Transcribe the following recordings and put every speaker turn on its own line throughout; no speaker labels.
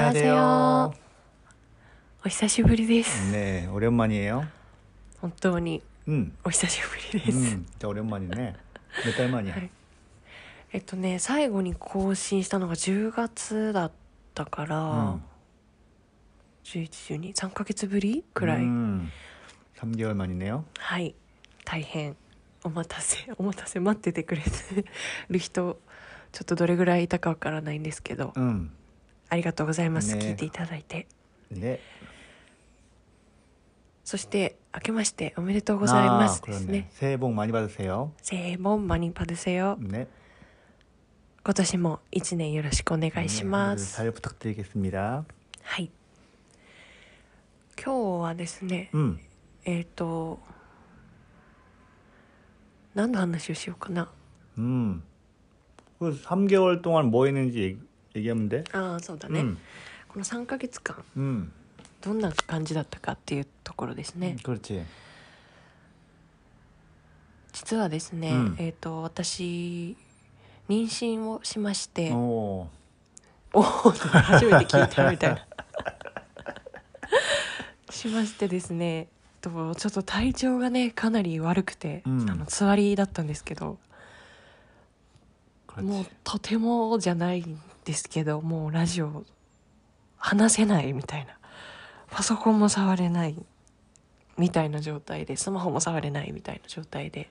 안녕하세요.お久しぶりです。
네, 오랜만이에요.
本当に
음,
お久しぶりです。
음, 진짜 오랜만이네. 몇 달 만이야.
네. えっとね、最後に更新したのが10月だったから、
음,
11、12、3ヶ月ぶりくらい、
음, 3개월 만이네요.
はい、大変お待たせ、 お待たせ待っててくれてる人、ちょっとどれぐらいいたかわからないんですけど、
음,
ありがとうございます。
ね
聞いていただいて。
네.
そして、明けましておめでとうございますです
아, 그렇네.
ね。
새해 복 많이 받으세요.
せーもんまにぱでせよ。
네.
今年も一年よろしくお願いしま
네,
す。
잘 부탁드리겠습니다.
はい。今日はですね、
음,
えっ、と、何の話をしようかな。
음. 그 3개월 동안 뭐 했는지 얘기- 얘기하면 돼?
ああ、そうだね。
음,
この3ヶ月間、
음,
どんな感じだったかっていうところですね
음, 。 그렇지.
実はですね、
うん
えっ、と、私、妊娠をしまして、
오,
おお初めて聞いたみ たいなしましてですねとちょっと体調がねかなり悪くて、
うん
あのつわりだったんですけど
그렇지.
もうとてもじゃないんですけどもうラジオ話せないみたいなパソコンも触れないみたいな状態でスマホも触れないみたいな状態で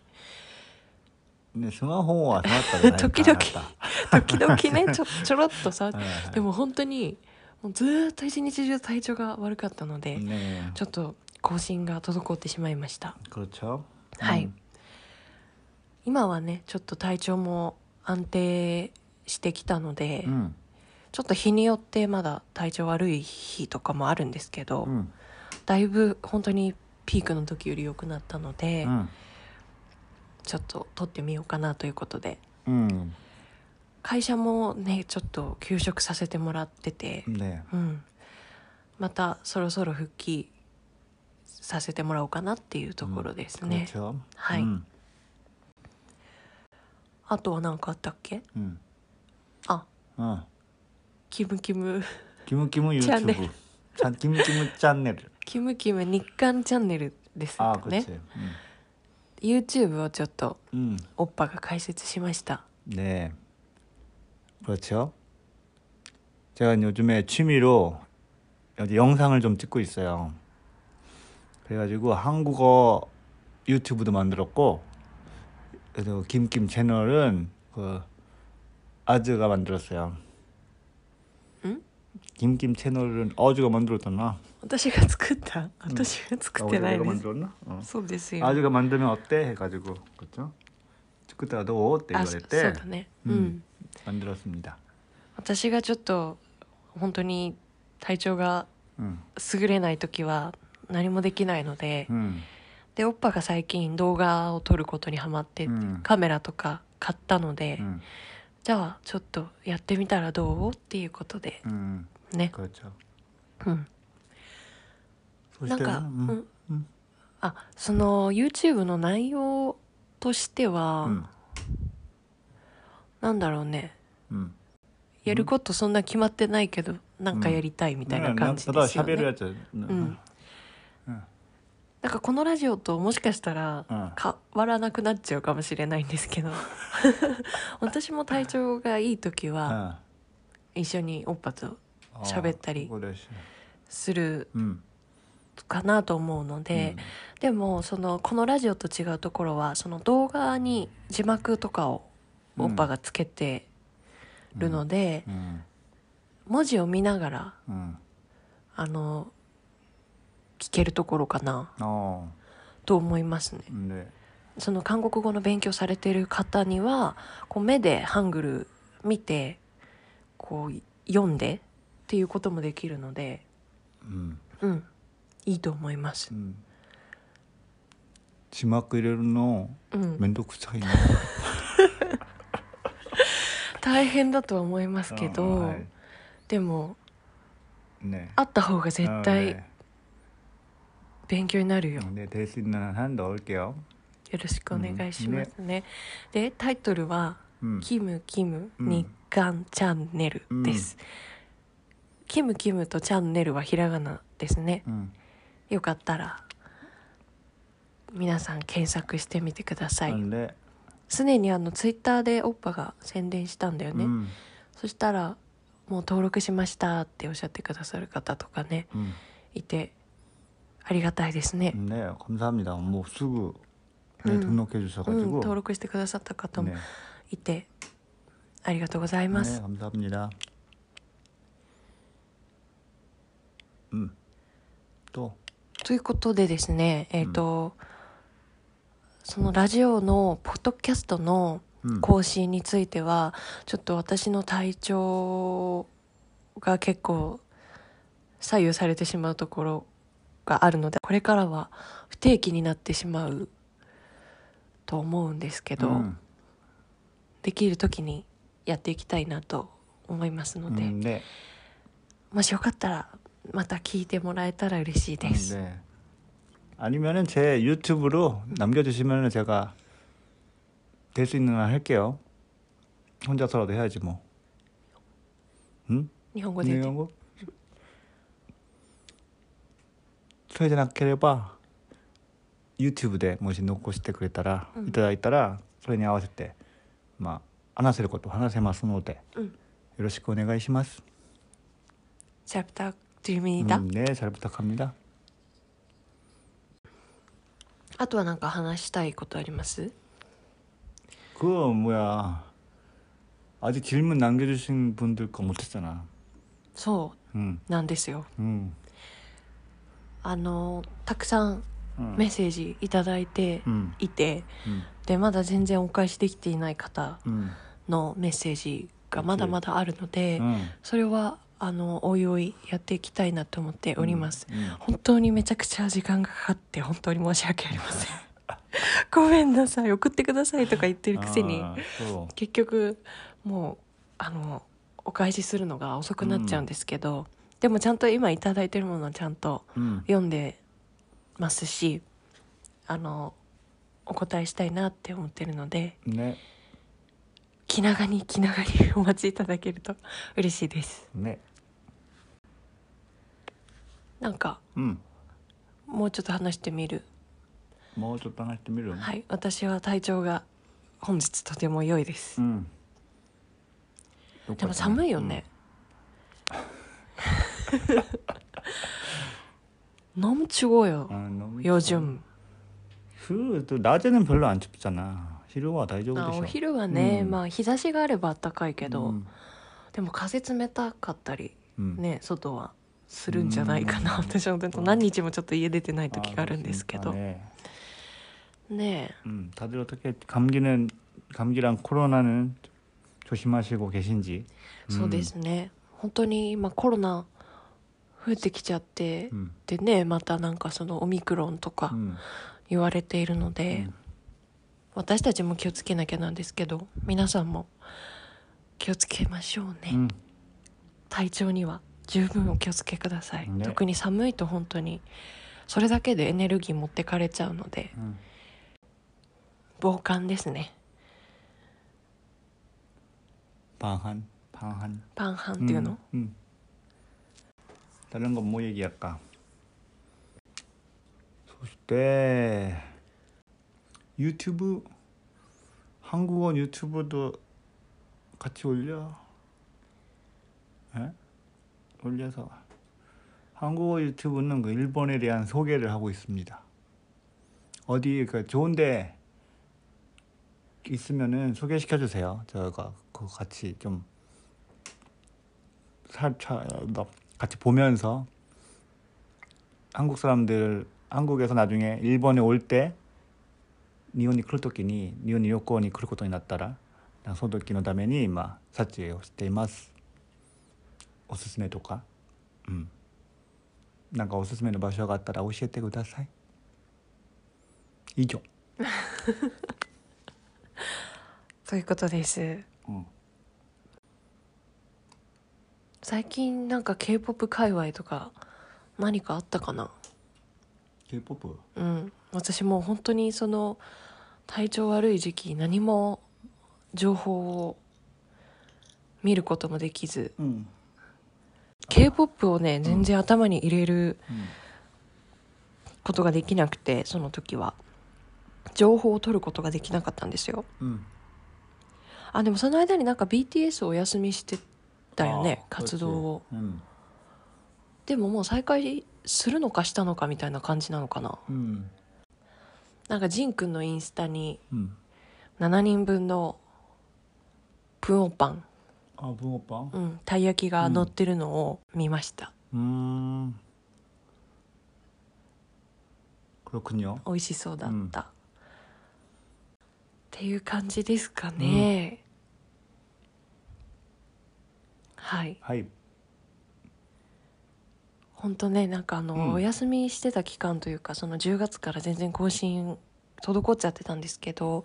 네, 스마호와 나왔다.
時々時々 ねちょちょろっとさでも本当にもうずーっと一日中体調が悪かったので。
네.
ちょっと更新が滞ってしまいました
그렇죠.
はい、
음,
今はねちょっと体調も安定してきたので、
음,
ちょっと日によってまだ体調悪い日とかもあるんですけど、
음,
だいぶ本当にピークの時より良くなったので、
음,
ちょっと取ってみようかなということで
음,
会社もねちょっと休職させてもらってて、
네.
うん、またそろそろ復帰させてもらおうかなっていうところですね、
그렇죠.
하이.
음,
あとは何かあったっけ
음.
あ
어.
キムキム
김우김우
채널.
유튜브. 잔 김우김우 채널.
キムキム日韓チャンネルです
아
よね
그렇지. 음.
YouTube をちょっと
음.
おっぱが解説しました
네. 그렇죠. 제가 요즘에 취미로 이제 영상을 좀 찍고 있어요. 그래가지고 한국어 유튜브도 만들었고, 그래서 김김 채널은 그 아즈가 만들었어요.
응?
김김 채널은 어즈가 만들었잖아.
私が作った私が作ってない
어즈가
です、
만들었나? 어.
そうですよ
아즈가 만들면 어때? 해가지고 그렇죠. 그때가 너 어때?
あ
이거
そ
때.
うだねうん、
만들었습니다.
私がちょっと本当に体調が
음.
優れない時は何もできないので、
음.
でおっぱが最近動画を撮ることにハマって、
음.
カメラとか買ったので、
음.
じゃあちょっとやってみたらどうっていうことで
음.
ね
그렇죠.
うんな
소시대는,
んか、
음.
うん
음.
あその YouTube の内容としては、
음.
なんだろうね
음.
やることそんな決まってないけど、なんかやりたいみたいな感じで
나보다
すよね、
샤베르 했죠.
うん
음.
なんかこのラジオともしかしたら
うん
変わらなくなっちゃうかもしれないんですけ ど私も体調がいい時は
아.
一緒におっぱと
어,
샤베다리.
그거를 시-
する
음.
かなと思うので、
음.
でもそのこのラジオと違うところはその動画に字幕とかを
うん
オッパがつけてるので、
음.
文字を見ながら
음.
あの聞けるところかな
어.
と思いますね
네.
その韓国語の勉強されてる方にはこう目でハングル見てこう読んでっていうこともできるので
음.
うんいいと思います、
음. 지막 그리는
うん、
면도쿠차이.
大変だとは思いますけど、でも
네.
あった方が絶
어,
対
네.
勉強になるよ、
네, 될 수 있는 한 넣을게요.
よろしくお願いしますね,、でタイトルは
음.
キムキム
うん
日韓チャンネルです。キムキムとチャンネルはひらがなですね。
うん
よかったら皆さん検索してみてください。
なんで、
常にあのツイッターでオッパが宣伝したんだよ
う
ね。
ん
そしたらもう登録しましたっておっしゃってくださる方とかね
うん
いてありがたいですね。
네, 감사합니다. 뭐 쓰고 네,
음.
등록해
うん
주셔가지고
登録してくださった方
네,
もいて、ありがとうございます。
네, 감사합니다. 음, 또
ということでですねえっ、と、そのラジオのポッドキャストの
음,
更新については、ちょっと私の体調が結構左右されてしまうところがあるのでこれからは不定期になってしまうと思うんですけど、
음,
できる時にやっていきたいなと思いますので、
음, 네,
もしよかったらまた聞いてもらえたら嬉しい
음,
です。
네. 아니면은 제 유튜브로 남겨주시면은 제가 될 수 있는 한 할게요. 혼자서라도 해야지 뭐. 음? 응?
日本語で言って
내용국 소외전 학교를봐 유튜브 でもし残してくれたら、
うん
いただいたらそれに合わせてまあ話せること話せますので、
うん
よろしくお願いします。
잘 부탁드립니다.
음, 네, 잘 부탁합니다.
あとはなんか話したいことあります
그 뭐야 아직 질문 남겨주신 분들 거 못했잖아.
そ
응,
うなんですよ。
응,
あのたくさん
응,
メッセージいただいて
응,
いて、
응,
でまだ全然お返しできていない方
응,
のメッセージがまだまだあるので、
응.
それはあのおいおいやっていきたいなと思っております、
응, 응.
本当にめちゃくちゃ時間がかかって本当に申し訳ありませんごめんなさい送ってくださいとか言ってるくせに
아, 또.
結局もうあのお返しするのが遅くなっちゃうんですけど、でもちゃんと今いただいてるものはちゃんと
응.
読んでますしあのお答えしたいなって思ってるので
네,
気長に気長にお待ちいただけると 嬉しいです
네,
なんか
응.
もうちょっと話してみる
もうちょっと話してみる
はい私は体調が本日とても良いです、
うん。
でも寒いよね、너무추 워요
うん。あの
요즘
冬と낮에는별로안춥잖아。昼は大丈夫で
あ
しょ。
お昼はね、
うん
まあ日差しがあれば暖かいけど、
うん
でも風冷たかったり
うん。
ね外はするんじゃないかな、
うん
私は本当に何日もちょっと家出てない
아,
時があるんですけ
あ
ど
ー
ね
ね
え
うん 네. 음, 다들어떻게감기는감기랑코로나는조심하시고계신지。 음.
そうですね本当に今コロナ増えてきちゃって、
うん。
でねまたなんかそのオミクロンと
う
か
ん。
言われているので、
うん
私たちも気をつけなきゃなんですけど皆さんも気をつけましょうね、
うん。
体調には十分お気をつけください、
ね
特に寒いと本当にそれだけでエネルギー持ってかれちゃうので
うん
防寒ですね
방한방한
パンハンっていうの、
음. 다른건 뭐 얘기할까? 소싯대 유튜브 한국어 유튜브도 같이 올려. 에? 올려서 한국어 유튜브는 그 일본에 대한 소개를 하고 있습니다. 어디 그 좋은데 있으면은 소개시켜 주세요. 저희가 그 같이 좀 살짝 어, 같이 보면서 한국 사람들 한국에서 나중에 일본에 올 때 니온이 그럴 토끼니 니온이 요건이 그럴 것도 났다라 나 소도끼노 다메니 마 사치에 오시테이마스 오스스메 도까 음なんかおすすめの場所があったら教えてください以上、
ということです
うん、
最近なんか k p o p 界隈とか何かあったかな
K-POP
うん私もう本当にその体調悪い時期何も情報を見ることもできず
うん
K-POP をね全然頭に入れる
うん
ことができなくてその時は情報を取ることができなかったんですよ
うん
あでもその間になんか BTS お休みしてたよね
あー
活動を
そうですね
でももう再開するのかしたのかみたいな感じなのかな
うんうん
なんかジンくんのインスタに
うん
7人分のプオパン、
あ붕어빵
うん、たい焼きが乗ってるのを見ました、
음그렇군요
美味しそうだった、っていう感じですかね、はい
はい
本当ねなんかあの、
うん
お休みしてた期間というかその10月から全然更新滞っちゃってたんですけど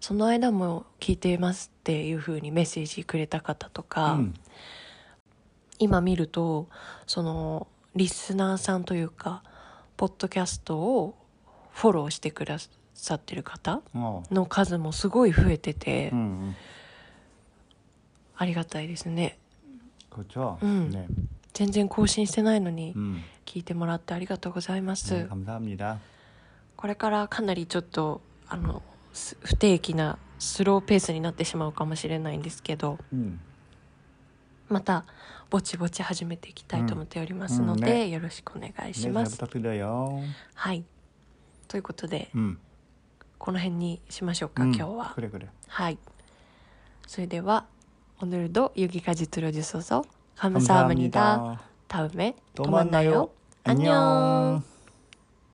その間も聞いてますっていう風にメッセージくれた方とか、
うん
今見るとそのリスナーさんというかポッドキャストをフォローしてくださってる方
어
の数もすごい増えてて、
음 음.
ありがたいですね
그렇죠
음.
네
全然更新してないのに
음
聞いてもらってありがとうございます、
네 감사합니다
これからかなりちょっとあのす不定期なスローペースになってしまうかもしれないんですけど
음.
またぼちぼち始めていきたいと思っておりますので、
うんうんね
よろしくお願い
네,
し
잘
ます、
부탁드려요
はいということで
음.
この辺にしましょうか、
음,
今日は
그래 그래
はいそれでは오늘도 여기까지 들어주셔서 감사합니다. 다음에 또 만나요.
안녕
안녕.